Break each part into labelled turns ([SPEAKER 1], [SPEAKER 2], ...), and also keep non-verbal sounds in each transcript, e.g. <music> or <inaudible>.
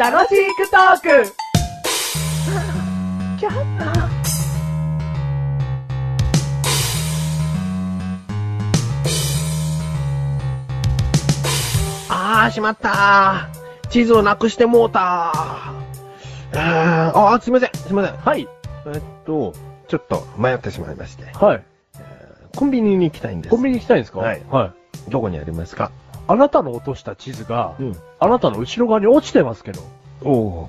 [SPEAKER 1] 楽しくトーク
[SPEAKER 2] あー、しまったー。地図をなくしてもうたー。あー、あーすいません、すいません。
[SPEAKER 3] はい。
[SPEAKER 2] えっと、ちょっと迷ってしまいまして。
[SPEAKER 3] はい。
[SPEAKER 2] コンビニに行きたいんです。
[SPEAKER 3] コンビニ行きたいんですか
[SPEAKER 2] はい
[SPEAKER 3] はい。
[SPEAKER 2] どこにありますか
[SPEAKER 3] あなたの落とした地図が、
[SPEAKER 2] うん。
[SPEAKER 3] あなたの後ろ側に落ちてますけど、
[SPEAKER 2] お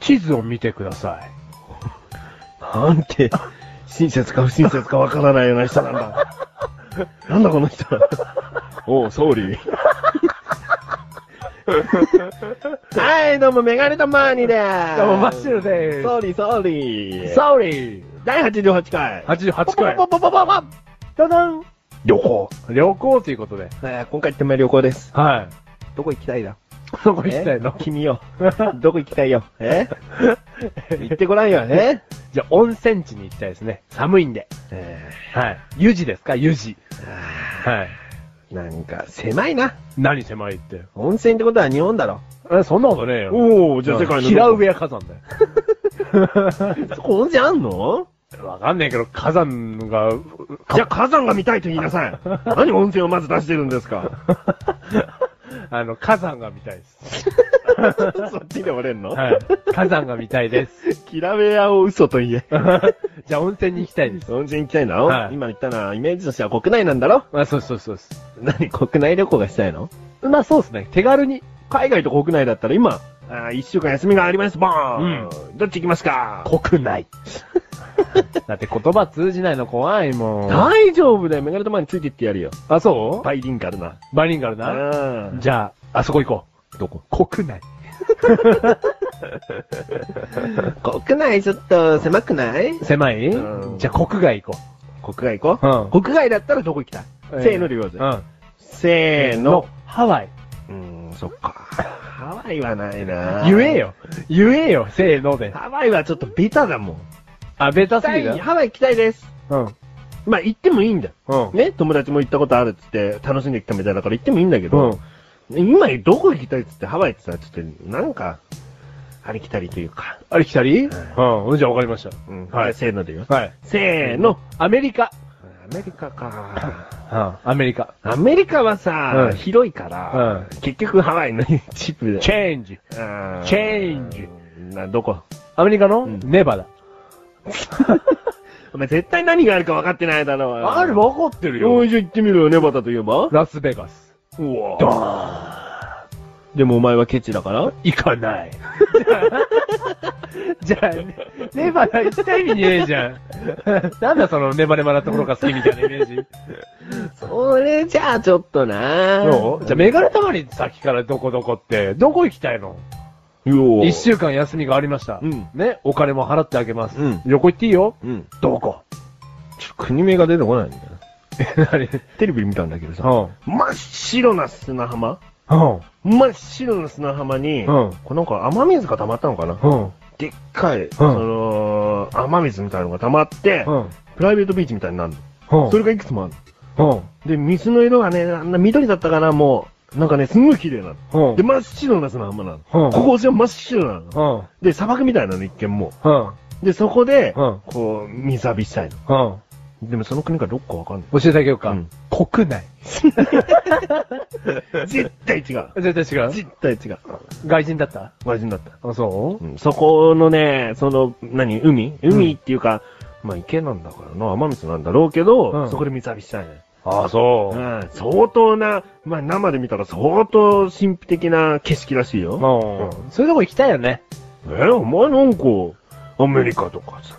[SPEAKER 3] 地図を見てください。
[SPEAKER 2] ー、なんて、親切か不親切かわからないような人なんだ。
[SPEAKER 3] <laughs>
[SPEAKER 2] なんだこの人。おー、総理。はい、どうも、メガネとマーニーでーす。
[SPEAKER 3] どうもマッシュルでーす
[SPEAKER 2] 総理、総理。
[SPEAKER 3] サオリー
[SPEAKER 2] 第88回。
[SPEAKER 3] !88 回
[SPEAKER 2] ポ。ポポポポポポ
[SPEAKER 3] ダダン
[SPEAKER 2] 旅行。
[SPEAKER 3] 旅行ということで。
[SPEAKER 2] えー今回行っても旅行です。
[SPEAKER 3] はい。
[SPEAKER 2] どこ行きたいだ
[SPEAKER 3] どこ行きたいの
[SPEAKER 2] え君よ。どこ行きたいよ。え行ってごらんよ。え
[SPEAKER 3] じゃあ、温泉地に行きたいですね。寒いんで。
[SPEAKER 2] え
[SPEAKER 3] はい。湯治ですか湯治。
[SPEAKER 2] ーあ
[SPEAKER 3] はい。
[SPEAKER 2] ーなんか、狭いな。
[SPEAKER 3] 何狭いって。
[SPEAKER 2] 温泉ってことは日本だろ。
[SPEAKER 3] え、そんなことねえよ。
[SPEAKER 2] おお
[SPEAKER 3] 平
[SPEAKER 2] 平上。
[SPEAKER 3] 上火山だ
[SPEAKER 2] そこ温泉あんの
[SPEAKER 3] よ。わかんないけど、火山が、
[SPEAKER 2] じゃあ火山が見たいと言いなさい。何温泉をまず出してるんですか
[SPEAKER 3] あの、火山が見たいです。
[SPEAKER 2] そっちで折れんの
[SPEAKER 3] はい。火山が見たいです。
[SPEAKER 2] キラウェアを嘘と言え。
[SPEAKER 3] <laughs> じゃあ、温泉に行きたいです。
[SPEAKER 2] 温泉行きたいんだろ、
[SPEAKER 3] はい
[SPEAKER 2] 今言ったのはイメージとしては国内なんだろ
[SPEAKER 3] あ、そうそうそうです。
[SPEAKER 2] 何国内旅行がしたいの
[SPEAKER 3] まあそうですね。手軽に。
[SPEAKER 2] 海外と国内だったら今、あー一週間休みがあります、ボーン、どっち行きますか
[SPEAKER 3] 国内。 <laughs> だって言葉通じないの怖いもん。
[SPEAKER 2] 大丈夫だよ、メガネ玉についてってやるよ。
[SPEAKER 3] あ、そう
[SPEAKER 2] バイリンガルな。
[SPEAKER 3] バイリンガルな。
[SPEAKER 2] あ
[SPEAKER 3] じゃあ、あそこ行こ
[SPEAKER 2] あ、どこ
[SPEAKER 3] う。国内。
[SPEAKER 2] 国内ちょっと狭くない
[SPEAKER 3] 狭い
[SPEAKER 2] うん
[SPEAKER 3] じゃあ国外行こ
[SPEAKER 2] 国外行こ
[SPEAKER 3] う。
[SPEAKER 2] う。国外だったらどこ行きたい、
[SPEAKER 3] うん。
[SPEAKER 2] せーので言おうぜ。
[SPEAKER 3] うん。
[SPEAKER 2] せーの。。
[SPEAKER 3] ハワイ。
[SPEAKER 2] うーん、そっか。ハワイはないな
[SPEAKER 3] 言え。よ。言えよ。せーので。
[SPEAKER 2] ハワイはちょっとベタだもん。
[SPEAKER 3] あ、ベタすぎだ。
[SPEAKER 2] ハワイ行きたいです。
[SPEAKER 3] うん。
[SPEAKER 2] まあ行ってもいいんだよ。
[SPEAKER 3] うん。
[SPEAKER 2] ね、友達も行ったことあるっつって楽しんできたみたいだから行ってもいいんだけ
[SPEAKER 3] う
[SPEAKER 2] ど
[SPEAKER 3] ん。、
[SPEAKER 2] 今どこ行きたいっつってハワイってさ、ちょっとなんか、ありきたりというか。
[SPEAKER 3] あれ来たりうん。
[SPEAKER 2] は
[SPEAKER 3] じゃあわかりまし
[SPEAKER 2] うん、
[SPEAKER 3] はい
[SPEAKER 2] せーのでよ。
[SPEAKER 3] た。はい。
[SPEAKER 2] せーの。
[SPEAKER 3] アメリカ。
[SPEAKER 2] アメリカか。
[SPEAKER 3] うん。アメリカ。
[SPEAKER 2] <laughs> アメリカはさ、
[SPEAKER 3] うん
[SPEAKER 2] 広いから、結局ハワイのチップで。
[SPEAKER 3] チェンジ。
[SPEAKER 2] あー
[SPEAKER 3] チェンジ。
[SPEAKER 2] な、どこ
[SPEAKER 3] アメリカの
[SPEAKER 2] うん
[SPEAKER 3] ネバダ。
[SPEAKER 2] お前絶対何があるか分かってないだろうよ。
[SPEAKER 3] ある、わかってる
[SPEAKER 2] よ
[SPEAKER 3] よ
[SPEAKER 2] い。しょ行ってみるよ、ネバダといえば。
[SPEAKER 3] ラスベガス。
[SPEAKER 2] うわ
[SPEAKER 3] ド
[SPEAKER 2] でもお前はケチだから
[SPEAKER 3] 行かない。 <laughs> じゃあ、ねネバダ行った意味ねえじゃん。 <laughs> なんだそのネバネバなところが好きみたいなイメージ。
[SPEAKER 2] それじゃあちょっとな
[SPEAKER 3] どうじゃあメガネたまり先からどこどこって、どこ行きたいの
[SPEAKER 2] よ
[SPEAKER 3] 一週間休みがありました。
[SPEAKER 2] うん
[SPEAKER 3] ね、お金も払ってあげます。
[SPEAKER 2] うん
[SPEAKER 3] 旅行行っていいよ。
[SPEAKER 2] うん。
[SPEAKER 3] どこ
[SPEAKER 2] ちょっと国名が出てこないんだよ。
[SPEAKER 3] <laughs> 何
[SPEAKER 2] テレビ見たんだけど
[SPEAKER 3] う
[SPEAKER 2] さ、
[SPEAKER 3] ん。
[SPEAKER 2] 真っ白な砂浜
[SPEAKER 3] うん。
[SPEAKER 2] 真っ白な砂浜に、
[SPEAKER 3] うん
[SPEAKER 2] これなんか雨水が溜まったのかな、
[SPEAKER 3] うん。
[SPEAKER 2] でっかい、その、雨水みたいなのが溜まって、
[SPEAKER 3] うん。
[SPEAKER 2] プライベートビーチみたいになるの。
[SPEAKER 3] うん。
[SPEAKER 2] それがいくつもあるの。
[SPEAKER 3] うん。
[SPEAKER 2] で、水の色がね、あんな緑だったかな、もう。なんかね、すんごい綺麗なの。
[SPEAKER 3] うん。
[SPEAKER 2] で、真っ白な砂浜なの。
[SPEAKER 3] うん。
[SPEAKER 2] ここじゃ真っ白なの。
[SPEAKER 3] うん。
[SPEAKER 2] で、砂漠みたいなの、一見も
[SPEAKER 3] うん。
[SPEAKER 2] う。で、そこで、
[SPEAKER 3] うん。
[SPEAKER 2] こう、水浴びしたいの。
[SPEAKER 3] うん。
[SPEAKER 2] でもその国がどっかわかんな
[SPEAKER 3] 教えてあげようか。
[SPEAKER 2] うん
[SPEAKER 3] 国内。
[SPEAKER 2] い。絶対違う。
[SPEAKER 3] 絶対違う。
[SPEAKER 2] 絶対違う。
[SPEAKER 3] 外人だった
[SPEAKER 2] 外人だった。
[SPEAKER 3] あ、そ
[SPEAKER 2] うんそこのね、その、何、海海っていうか、まあ池なんだからな、雨水なんだろうけど、
[SPEAKER 3] うん
[SPEAKER 2] そこで水浴びしたいね。
[SPEAKER 3] うあ、そううん。
[SPEAKER 2] ん、相当な、まあ生で見たら相当神秘的な景色らしいよ。
[SPEAKER 3] うん。そういうとこ行きたいよね。
[SPEAKER 2] え、お前なんか、アメリカとかさ。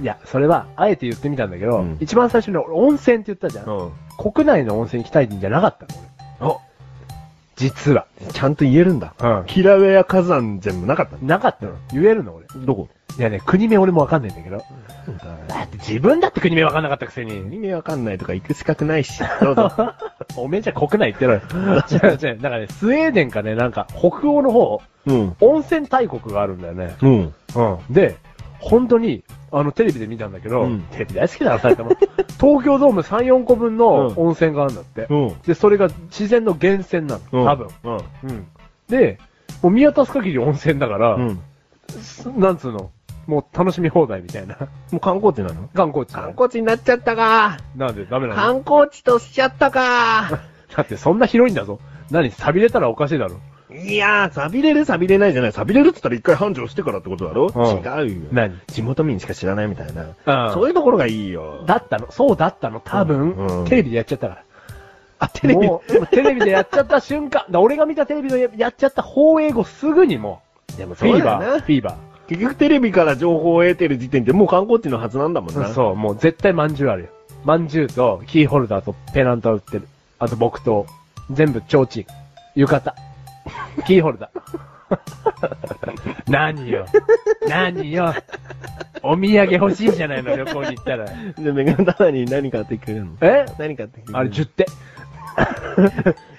[SPEAKER 3] いや、それは、あえて言ってみたんだけど、
[SPEAKER 2] うん
[SPEAKER 3] 一番最初に俺温泉って言ったじゃん。
[SPEAKER 2] ん。
[SPEAKER 3] 国内の温泉行きたいんじゃなかったの俺
[SPEAKER 2] あ、
[SPEAKER 3] 実は。
[SPEAKER 2] ちゃんと言えるんだ。
[SPEAKER 3] う
[SPEAKER 2] キラウェア火山全部なかった
[SPEAKER 3] ん。なかったの言えるの俺。
[SPEAKER 2] のどこ
[SPEAKER 3] いやね、国名俺もわかんないんだけど。だって自分だって国名わかんなかったくせに。
[SPEAKER 2] 意味わかんないとか行く資格ないし。どうぞ。
[SPEAKER 3] おめえじゃ国内行ってろよ。 <laughs> 違う違う。なんかね、スウェーデンかね、なんか、北欧の方、
[SPEAKER 2] うん。
[SPEAKER 3] 温泉大国があるんだよね。
[SPEAKER 2] うん。
[SPEAKER 3] うん。で、本当に、あの、テレビで見たんだけど、
[SPEAKER 2] うん
[SPEAKER 3] テレビ大好きだな、埼玉。 <laughs> 東京ドーム3、4個分の
[SPEAKER 2] うん
[SPEAKER 3] 温泉があるんだって。
[SPEAKER 2] うん。うん。
[SPEAKER 3] で、それが自然の源泉なの、多分。
[SPEAKER 2] うん。
[SPEAKER 3] うん。で、もう見渡す限り温泉だから、
[SPEAKER 2] うん。
[SPEAKER 3] なんつうの、もう楽しみ放題みたいな。 <laughs>
[SPEAKER 2] もう観光地なの
[SPEAKER 3] 観光地。
[SPEAKER 1] 観光地になっちゃったか。
[SPEAKER 3] なんでダメなの
[SPEAKER 1] 観光地としちゃったか。
[SPEAKER 3] だってそんな広いんだぞ。何、錆びれたらおかしいだろ。
[SPEAKER 2] いやー、錆びれる錆びれないじゃない。錆びれるって言ったら一回繁盛してからってことだろ、
[SPEAKER 3] う
[SPEAKER 2] 違うよ。
[SPEAKER 3] 何
[SPEAKER 2] 地元民しか知らないみたいな。
[SPEAKER 3] あ
[SPEAKER 2] そういうところがいいよ。
[SPEAKER 3] だったのそうだったの多分、
[SPEAKER 2] うんうん
[SPEAKER 3] テレビでやっちゃったから。
[SPEAKER 2] あ、テレビ。
[SPEAKER 3] もう、もうテレビでやっちゃった瞬間、だから俺が見たテレビでやっちゃった放映後すぐにも
[SPEAKER 2] でも
[SPEAKER 3] う、フィーバ
[SPEAKER 2] だ
[SPEAKER 3] ー、
[SPEAKER 2] よ
[SPEAKER 3] フィーバ
[SPEAKER 2] な結局テレビから情報を得てる時点でもう観光地のはずなんだもんな。 <laughs>
[SPEAKER 3] ー。そう、もう絶対まんじゅうあるよ。まんじゅうと、キーホルダーとペナントは売ってる。あと木刀。全部、提灯。浴
[SPEAKER 2] <laughs>
[SPEAKER 3] 衣。キーホルダー。何よ。何よ。お土産欲しいじゃないの、旅行に行ったら。
[SPEAKER 2] で、メガネ棚に何買ってくれるの
[SPEAKER 3] え
[SPEAKER 2] 何買ってくれるの
[SPEAKER 3] あれ、10手。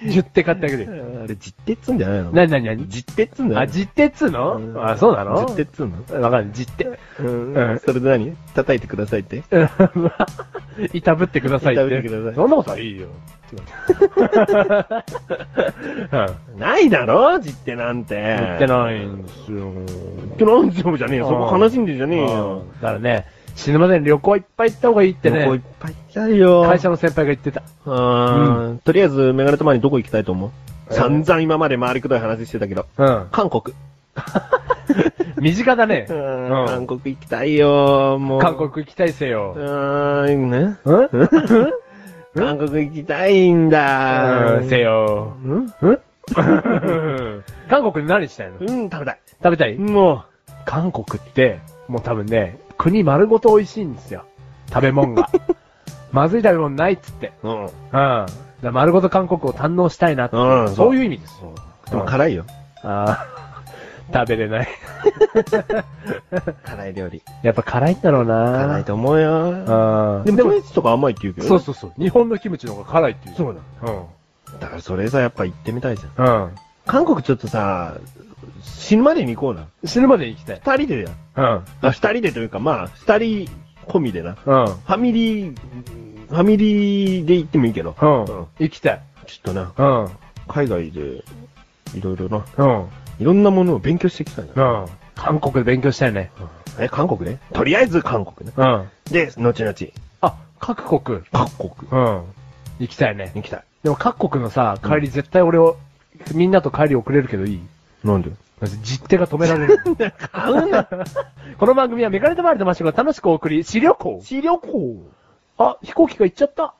[SPEAKER 3] 10手買ってあげるよ。
[SPEAKER 2] あれ、実手っつうんじゃないの
[SPEAKER 3] なになになに
[SPEAKER 2] 実手っつうんだよ。
[SPEAKER 3] あ、実手っつうの、
[SPEAKER 2] うん
[SPEAKER 3] あ、そうなの
[SPEAKER 2] 実手っつうの
[SPEAKER 3] わかんない、実手。
[SPEAKER 2] う
[SPEAKER 3] うん
[SPEAKER 2] ん。それで何叩いてくださいって。
[SPEAKER 3] <laughs> いたぶってくださいって。
[SPEAKER 2] いたぶってください
[SPEAKER 3] そんなことはいいよ。うん
[SPEAKER 2] ないだろ実手なんて。
[SPEAKER 3] 言ってないんですよ。
[SPEAKER 2] ってなんでもじゃねえよ。そこ悲しんでんじゃねえよ
[SPEAKER 3] う。んだからね、死ぬまでに旅行いっぱい行った方がいいって
[SPEAKER 2] 旅行い
[SPEAKER 3] ね
[SPEAKER 2] っ、ぱい行きたいよ。
[SPEAKER 3] 会社の先輩が言ってた。
[SPEAKER 2] うんとりあえず、メガネとマにどこ行きたいと思う
[SPEAKER 3] えー
[SPEAKER 2] 散々今まで回りくどい話してたけど。
[SPEAKER 3] うん。
[SPEAKER 2] 韓国。
[SPEAKER 3] 身近だね。 <laughs> うん
[SPEAKER 2] 韓国行きたいよ、もう。
[SPEAKER 3] 韓国行きたいせ
[SPEAKER 2] う
[SPEAKER 3] よ。
[SPEAKER 2] ーん、ね。
[SPEAKER 3] うん
[SPEAKER 2] 韓国行きたいんだ。
[SPEAKER 3] うんせ <laughs> よ。
[SPEAKER 2] うん
[SPEAKER 3] うん韓国で何したいの
[SPEAKER 2] うん、食べたい。
[SPEAKER 3] 食べたい
[SPEAKER 2] も
[SPEAKER 3] 韓国って、もう多分ね、国丸ごと美味しいんですよ。食べ物 <laughs> が。まずい食べ物ないっつって。
[SPEAKER 2] う。うん。
[SPEAKER 3] うん。だから丸ごと韓国を堪能したいなって。
[SPEAKER 2] うんそう
[SPEAKER 3] そういう意味です。
[SPEAKER 2] でも辛いよ。
[SPEAKER 3] ああ。 <laughs> 食べれない。
[SPEAKER 2] 辛い料理。
[SPEAKER 3] やっぱ辛いんだろうな。
[SPEAKER 2] 辛いと思うよ。
[SPEAKER 3] ああ。
[SPEAKER 2] で
[SPEAKER 3] で
[SPEAKER 2] も、
[SPEAKER 3] も、
[SPEAKER 2] キムチとか甘いって言うけど。
[SPEAKER 3] そうそうそう。日本のキムチの方が辛いっていう。
[SPEAKER 2] そうだ。だからそれさ、やっぱ行ってみたいじゃん。
[SPEAKER 3] うん。うん。
[SPEAKER 2] 韓国ちょっとさ、死ぬまでに行こうな。
[SPEAKER 3] 死ぬまでに行きたい。
[SPEAKER 2] 二人でや。
[SPEAKER 3] うん。
[SPEAKER 2] あ、二人でというか、まあ、二人込みでな。
[SPEAKER 3] うん。
[SPEAKER 2] ファミリー、ファミリーで行ってもいいけど。
[SPEAKER 3] うん。
[SPEAKER 2] うん
[SPEAKER 3] 行きたい。
[SPEAKER 2] ちょっとな、
[SPEAKER 3] うん。うん。
[SPEAKER 2] 海外で、いろいろな、
[SPEAKER 3] うん。
[SPEAKER 2] いろんなものを勉強してきたんだ。
[SPEAKER 3] 韓国で勉強したいね。
[SPEAKER 2] え、韓国ねとりあえず韓国ね。
[SPEAKER 3] うん。
[SPEAKER 2] で、後々、
[SPEAKER 3] あ、各国。
[SPEAKER 2] 各国
[SPEAKER 3] うん。行きたいね。
[SPEAKER 2] に来たい。
[SPEAKER 3] でも各国のさ、
[SPEAKER 2] うん
[SPEAKER 3] 帰り絶対俺を、みんなと帰り遅れるけどいい
[SPEAKER 2] なんで
[SPEAKER 3] だって実手が止め <laughs> られる。この番組はメガネとマリとマシュが楽しくお送り、資料庫
[SPEAKER 2] <laughs> 私旅行
[SPEAKER 3] あ、飛行機が行っちゃった。